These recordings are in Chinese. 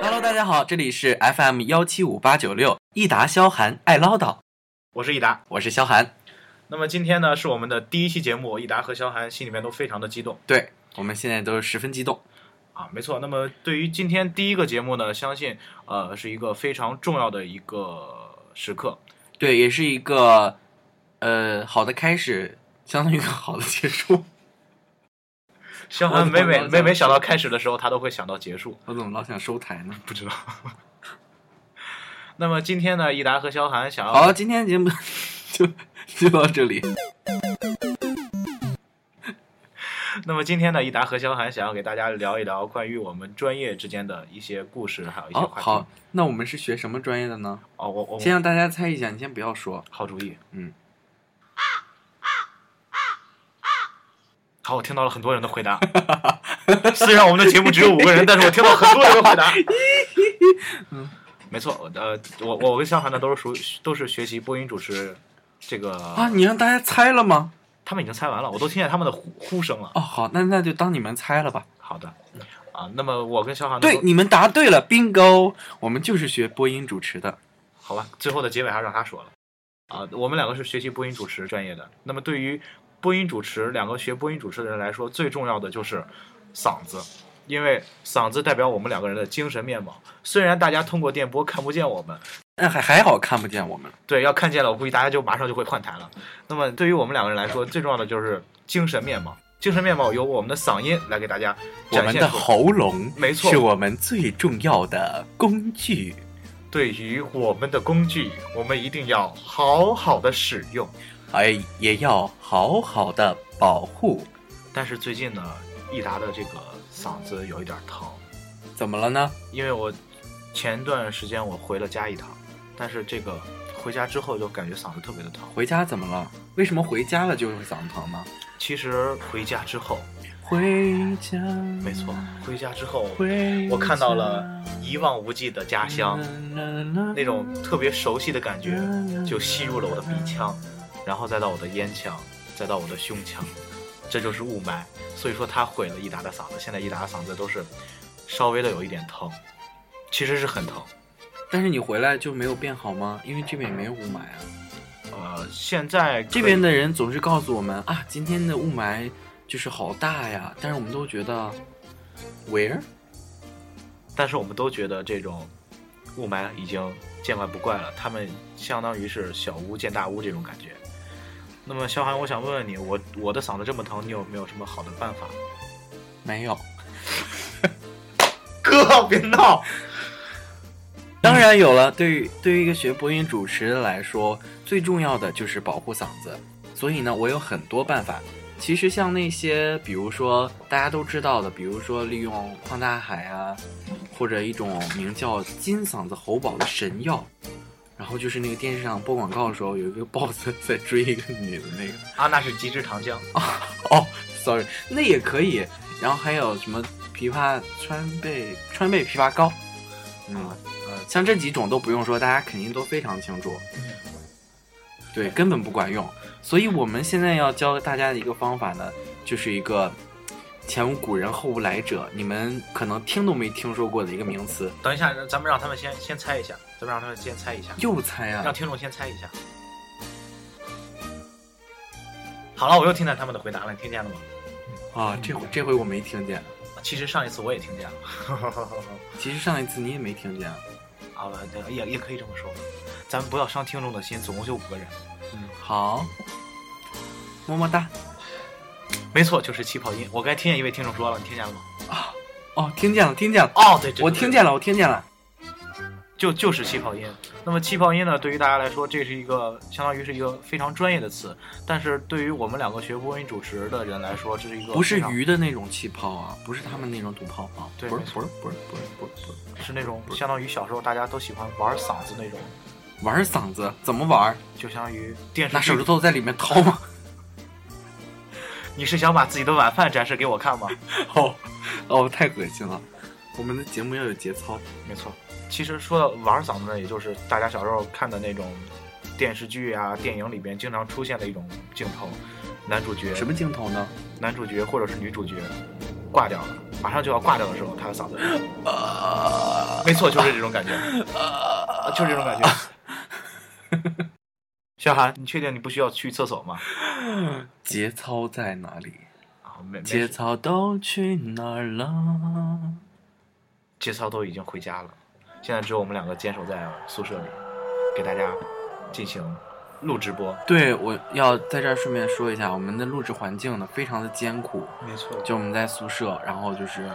Hello，大家好，这里是 FM 幺七五八九六，益达萧寒爱唠叨，我是益达。我是萧寒。那么今天呢，是我们的第一期节目，益达和萧寒心里面都非常的激动对，我们现在都是十分激动，啊，没错。那么对于今天第一个节目呢，相信呃是一个非常重要的一个时刻，对，也是一个呃好的开始，相当于一个好的结束。 萧我寒懂每每我懂每每想到开始的时候，他都会想到结束，我怎么老想收台呢？不知道。 那么今天呢，益达和萧寒想要好，啊今天节目 就就到这里。那么今天呢，益达和萧寒想要给大家聊一聊关于我们专业之间的一些故事，还有一些好、话题。哦好，那我们是学什么专业的呢？哦，我我先让大家猜一下，你先不要说。好主意，嗯。好，我听到了很多人的 回答。虽然我们的节目只有五个人，但是我听到很多人的 回答。嗯没错，我呃，我我跟向涵呢都是属于都是学习播音主持这个啊，你让大家猜了吗？他们已经猜完了，我都听见他们的呼呼声了。哦，好，那那就当你们猜了吧。好的，啊，那么我跟肖涵呢嗯对，都你们答对了，bingo！我们就是学播音主持的。好吧，最后的结尾还是让他说了。啊，我们两个是学习播音主持专业的。那么对于播音主持两个学播音主持的人来说，最重要的就是嗓子，因为嗓子代表我们两个人的精神面貌。虽然大家通过电波看不见我们，那哎还还好看不见我们。对，要看见了，我估计大家就马上就会换台了。那么对于我们两个人来说，最重要的就是精神面貌。精神面貌由我们的嗓音来给大家我展们现的出来喉咙，没错是我们最重要的工具。对于我们的工具，我们一定要好好的使用。哎，也要好好的保护。但是最近呢，益达的这个嗓子有一点疼，怎么了呢？因为我前段时间我回了家一趟，但是这个回家之后就感觉嗓子特别的疼。回家怎么了？为什么回家了就会嗓子疼呢？其实回家之后，回家，没错，回家之后，回我看到了一望无际的家乡，那种特别熟悉的感觉就吸入了我的鼻腔，然后再到我的咽腔，再到我的胸腔，这就是雾霾。所以说它毁了益达的嗓子，现在益达的嗓子都是稍微的有一点疼，其实是很疼。但是你回来就没有变好吗？因为这边也没有雾霾啊。呃，现在这边的人总是告诉我们啊，今天的雾霾就是好大呀，但是我们都觉得 where 可以，但是我们都觉得这种雾霾已经见怪不怪了，他们相当于是小巫见大巫这种感觉。那么，肖涵，我想问问你，我我的嗓子这么疼，你有没有什么好的办法？没有。哥，别闹！当然有了。对于对于一个学播音主持的来说，最重要的就是保护嗓子。所以呢，我有很多办法。其实像那些，比如说大家都知道的，比如说利用矿大海啊，或者一种名叫金嗓子喉宝的神药，然后就是那个电视上播广告的时候，有一个 boss 在追一个女的那个。啊，那是极致糖浆。哦，sorry，那也可以。然后还有什么枇杷川贝川贝枇杷膏，嗯啊，呃，像这几种都不用说，大家肯定都非常清楚。对，根本不管用。所以我们现在要教大家的一个方法呢，就是一个前无古人后无来者，你们可能听都没听说过的一个名词。等一下，咱们让他们先先猜一下，咱们让他们先猜一下，又猜让啊，听众先猜一下。好了，我又听见他们的回答了，你听见了吗？啊，这回这回我没听见。其实上一次我也听见了。其实上一次你也没听见啊。好了，对也也可以这么说吧，咱们不要伤听众的心，总共就五个人。嗯，好，么么哒。没错，就是气泡音。我该听见一位听众说了，你听见了吗？哦，听见了，听见了。哦，对，对我对听见了，我听见了。就就是气泡音。那么气泡音呢，对于大家来说，这是一个相当于是一个非常专业的词，但是对于我们两个学播音主持的人来说，这是一个不是非常鱼的那种气泡啊，不是他们那种土泡泡，对不是没不错是不是不是不是不是，是那种相当于小时候大家都喜欢玩嗓子那种，玩嗓子怎么玩？就相当于电视拿手剧指。头在里面掏吗？你是想把自己的晚饭展示给我看吗？哦哦，太恶心了。我们的节目要有节操，没错，其实说到玩嗓子呢，也就是大家小时候看的那种电视剧啊、电影里边经常出现的一种镜头。男主角什么镜头呢？男主角或者是女主角挂掉了，马上就要挂掉的时候，他的 嗓子，啊没错，就是这种感觉，就是这种感觉。 小韩，你确定你不需要去厕所吗？节操在哪里？啊，没没节事，操都去哪儿了？节操都已经回家了，现在只有我们两个坚守在宿舍里，给大家进行录直播。对，我要在这儿顺便说一下，我们的录制环境呢非常的艰苦，没错，就我们在宿舍，然后就是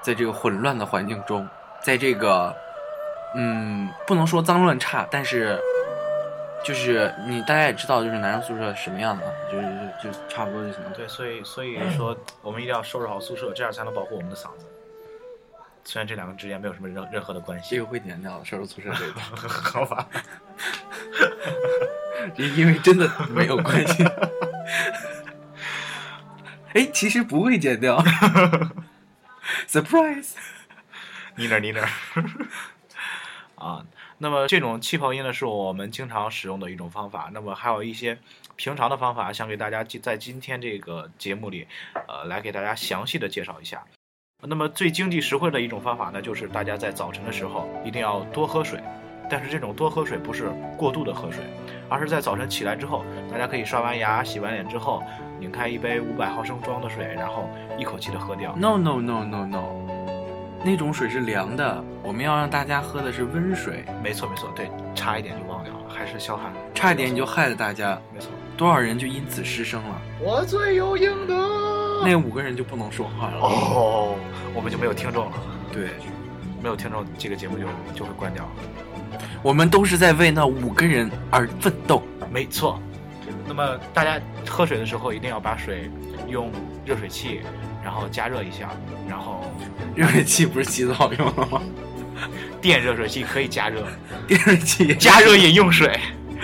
在这个混乱的环境中，在这个嗯，不能说脏乱差，但是就是你大家也知道，就是男生宿舍什么样的啊，就是就就差不多就行了。对，所以所以说，我们一定要收拾好宿舍，这样才能保护我们的嗓子。虽然这两个之间没有什么任任何的关这系，个会剪掉的，收拾宿舍这个，好吧？ 因因为真的没有关系。 哎，其实不会剪掉 ，surprise。你哪你哪 啊？那么这种气泡音呢，是我们经常使用的一种方法。那么还有一些平常的方法，想给大家记在今天这个节目里，呃，来给大家详细的介绍一下。那么最经济实惠的一种方法呢，就是大家在早晨的时候一定要多喝水，但是这种多喝水不是过度的喝水，而是在早晨起来之后，大家可以刷完牙、洗完脸之后，拧开一杯五百毫升装的水，然后一口气的喝掉。 No no no no no，那种水是凉的，我们要让大家喝的是温水。没错没错，对，差一点就忘掉了，还是萧寒，差一点你就害了大家，没错。多少人就因此失声了。我罪有应得。那五个人就不能说话了。哦，我们就没有听众了，对，没有听众，这个节目就就会关掉了。我们都是在为那五个人而奋斗。没错。那么大家喝水的时候一定要把水用热水器，然后加热一下，然后热水器不是洗澡用的吗？电热水器可以加热，电热器也加热饮用水，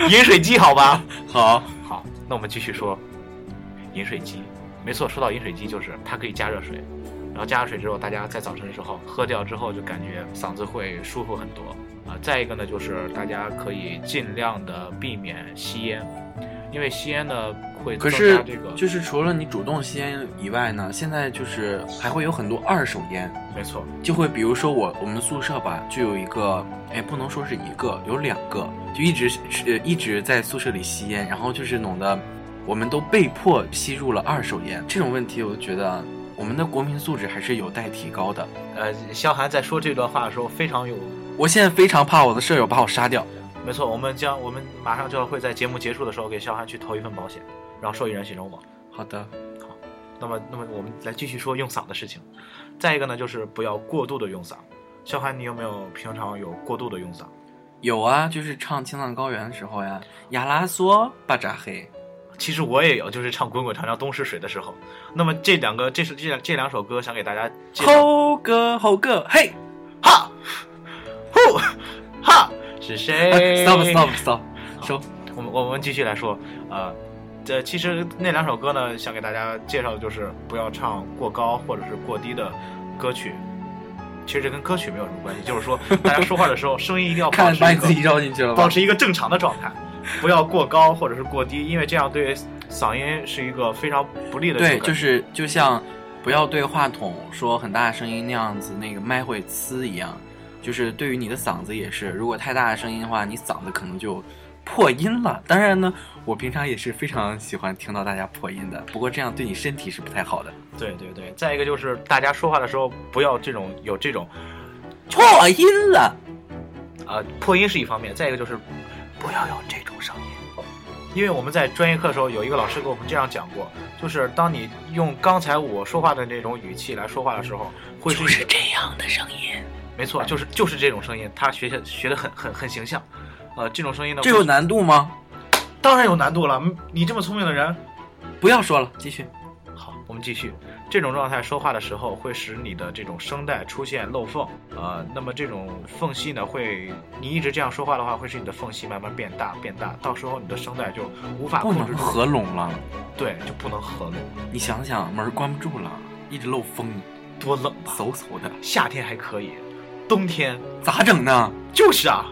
饮水机好吧？好。好，那我们继续说饮水机。没错，说到饮水机，就是它可以加热水，然后加热水之后，大家在早晨的时候喝掉之后，就感觉嗓子会舒服很多啊、再一个呢，就是大家可以尽量的避免吸烟，因为吸烟呢会可增是加这个，就是除了你主动吸烟以外呢，现在就是还会有很多二手烟，没错，就会比如说我我们宿舍吧，就有一个，哎，不能说是一个，有两个，就一直是一直在宿舍里吸烟，然后就是弄得我们都被迫吸入了二手烟。这种问题，我觉得我们的国民素质还是有待提高的。呃，萧寒在说这段话的时候非常有，我现在非常怕我的舍友把我杀掉。没错，我们将我们马上就要会在节目结束的时候给萧寒去投一份保险，然后受益人是龙王。好的，那么，那么我们来继续说用嗓的事情。再一个呢，就是不要过度的用嗓。小韩，你有没有平常有过度的用嗓？有啊，就是唱《青藏高原》的时候呀，亚拉索巴扎黑，其实我也有，就是唱《滚滚长江东逝水》的时候。那么这两个，这是这两这两首歌，想给大家介绍。吼个吼个嘿哈，呼，哈，是谁、 ，stop stop stop，收。我们我们继续来说，呃，这其实那两首歌呢，想给大家介绍的就是不要唱过高或者是过低的歌曲。其实这跟歌曲没有什么关系，就是说大家说话的时候声音一定要保看，把持一你自己个绕进去了吧保？持一个正常的状态，不要过高或者是过低，因为这样对嗓音是一个非常不利的触对，感就是就像不要对话筒说很大的声音那样子，那个麦会呲一样。就是对于你的嗓子也是，如果太大的声音的话，你嗓子可能就破音了。当然呢，我平常也是非常喜欢听到大家破音的，不过这样对你身体是不太好的。对对对。再一个就是大家说话的时候不要这种有这种破音了，啊，破音是一方面，再一个就是不要有这种声音，因为我们在专业课的时候有一个老师给我们这样讲过，就是当你用刚才我说话的那种语气来说话的时候，会是一个这样的声音，没错，就是就是这种声音，他学学学的很很很形象，呃，这种声音呢，这有难度吗？当然有难度了，嗯你这么聪明的人，不要说了，继续。好，我们继续。这种状态说话的时候，会使你的这种声带出现漏缝，呃，那么这种缝隙呢，会你一直这样说话的话，会使你的缝隙慢慢变大变大，到时候你的声带就无法不控能制住，合拢了，对，就不能合拢，你想想，门儿关不住了，一直漏风，多冷吧！嗖嗖的，夏天还可以，冬天咋整呢？就是啊，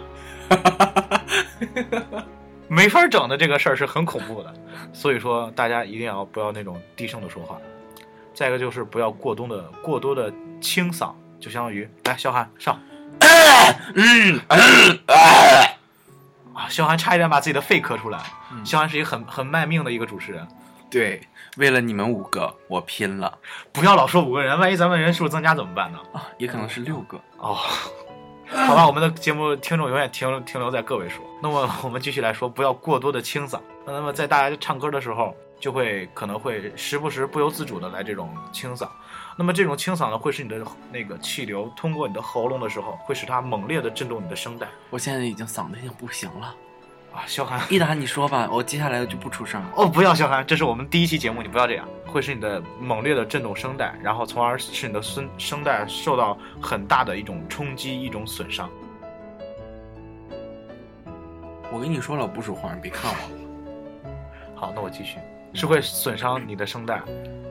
没法整的这个事儿是很恐怖的。所以说，大家一定要不要那种低声的说话。再一个就是不要过多的过多的清嗓，就相当于来小韩上嗯嗯哎啊，小韩差一点把自己的肺咳出来。嗯小韩是一个很很卖命的一个主持人，对，为了你们五个，我拼了不要老说五个人，万一咱们人数增加怎么办呢？啊！也可能是六个。哦，好吧，我们的节目听众永远停留停留在个位数。那么我们继续来说，不要过多的清嗓。那么在大家唱歌的时候，就会可能会时不时不由自主的来这种清嗓。那么这种清嗓呢，会使你的那个气流通过你的喉咙的时候，会使它猛烈的震动你的声带我现在已经嗓子已经不行了。啊，萧寒。一达，你说吧，我接下来就不出声了。哦，不要，小韩，这是我们第一期节目，你不要这样，会使你的猛烈的震动声带，然后从而使你的声声带受到很大的一种冲击，一种损伤。我跟你说了，我不说话，你别看我。好，那我继续，是会损伤你的声带。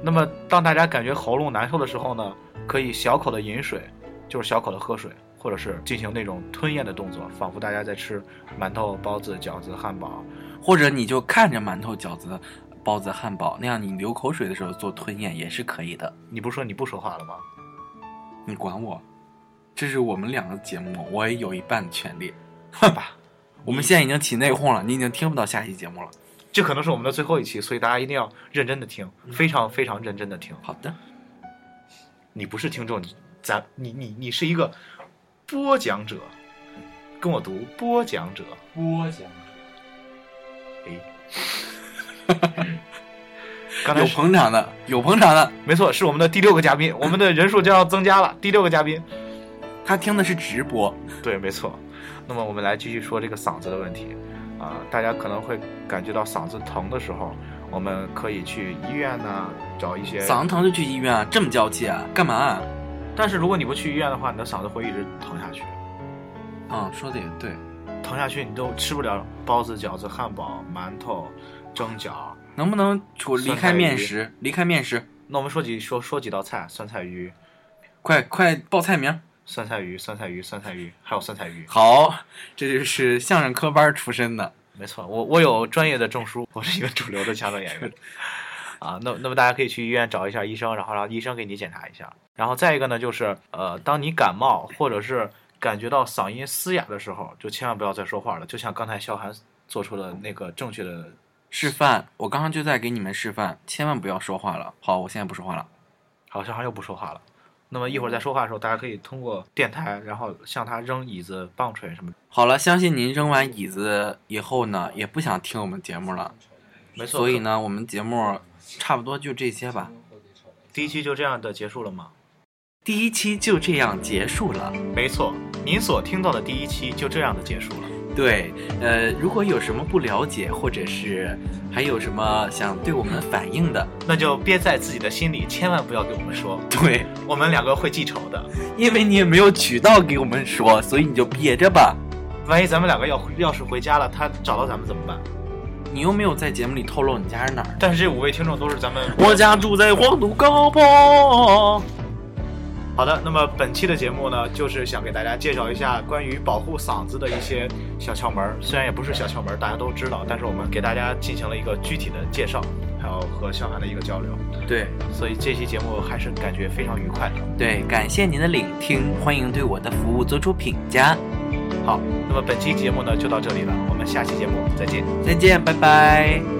那么，当大家感觉喉咙难受的时候呢，可以小口的饮水，就是小口的喝水，或者是进行那种吞咽的动作，仿佛大家在吃馒头、包子、饺子、汉堡。或者你就看着馒头、饺子、包子、汉堡，那样你流口水的时候做吞咽也是可以的。你不是说你不说话了吗？你管我？这是我们两个节目，我也有一半的权利。好吧，我们现在已经起内讧了，你已经听不到下期节目了。这可能是我们的最后一期，所以大家一定要认真的听，非常非常认真的听。好的，你不是听众，你咱你你你是一个播讲者，跟我读播讲者。播讲刚才有是捧场的，有捧场的，没错，是我们的第六个嘉宾，我们的人数将要增加了。第六个嘉宾，他听的是直播。对，没错。那么我们来继续说这个嗓子的问题啊、大家可能会感觉到嗓子疼的时候，我们可以去医院呢、找一些嗓子。疼就去医院啊，这么娇气啊？干嘛啊？但是如果你不去医院的话，你的嗓子会一直疼下去，嗯，说的也对。疼下去你都吃不了包子、饺子、汉堡、馒头、蒸饺。能不能除酸菜离开面食？离开面食，那我们说几说说几道菜：酸菜鱼、快快报菜名。酸菜鱼、酸菜鱼、酸菜鱼，还有酸菜鱼。好，这就是相声科班出身的。没错，我我有专业的证书，我是一个主流的相声演员。啊，那那么大家可以去医院找一下医生，然后让医生给你检查一下。然后再一个呢，就是呃，当你感冒或者是感觉到嗓音嘶哑的时候，就千万不要再说话了。就像刚才萧寒做出的那个正确的，示范，我刚刚就在给你们示范，千万不要说话了。好，我现在不说话了。好，萧寒又不说话了。那么一会儿再说话的时候，大家可以通过电台，然后向他扔椅子、棒槌什么的。好了，相信您扔完椅子以后呢，也不想听我们节目了。没错，所以呢，我们节目差不多就这些吧。第一期就这样的结束了吗？第一期就这样结束了。没错，您所听到的第一期就这样的结束了。对，呃，如果有什么不了解，或者是还有什么想对我们反映的， 那就憋在自己的心里，千万不要给我们说，对，我们两个会记仇的。因为你也没有渠道给我们说，所以你就憋着吧。万一咱们两个要要是回家了，他找到咱们怎么办？你又没有在节目里透露你家是哪儿。但是这五位听众都是咱们我家住在黄土高坡。好的，那么本期的节目呢，就是想给大家介绍一下关于保护嗓子的一些小窍门儿，虽然也不是小窍门儿，大家都知道，但是我们给大家进行了一个具体的介绍，还有和小韩的一个交流，对所以这期节目还是感觉非常愉快的。对，感谢您的聆听，欢迎对我的服务做出评价。好，那么本期节目呢就到这里了，我们下期节目再见。再见，拜拜。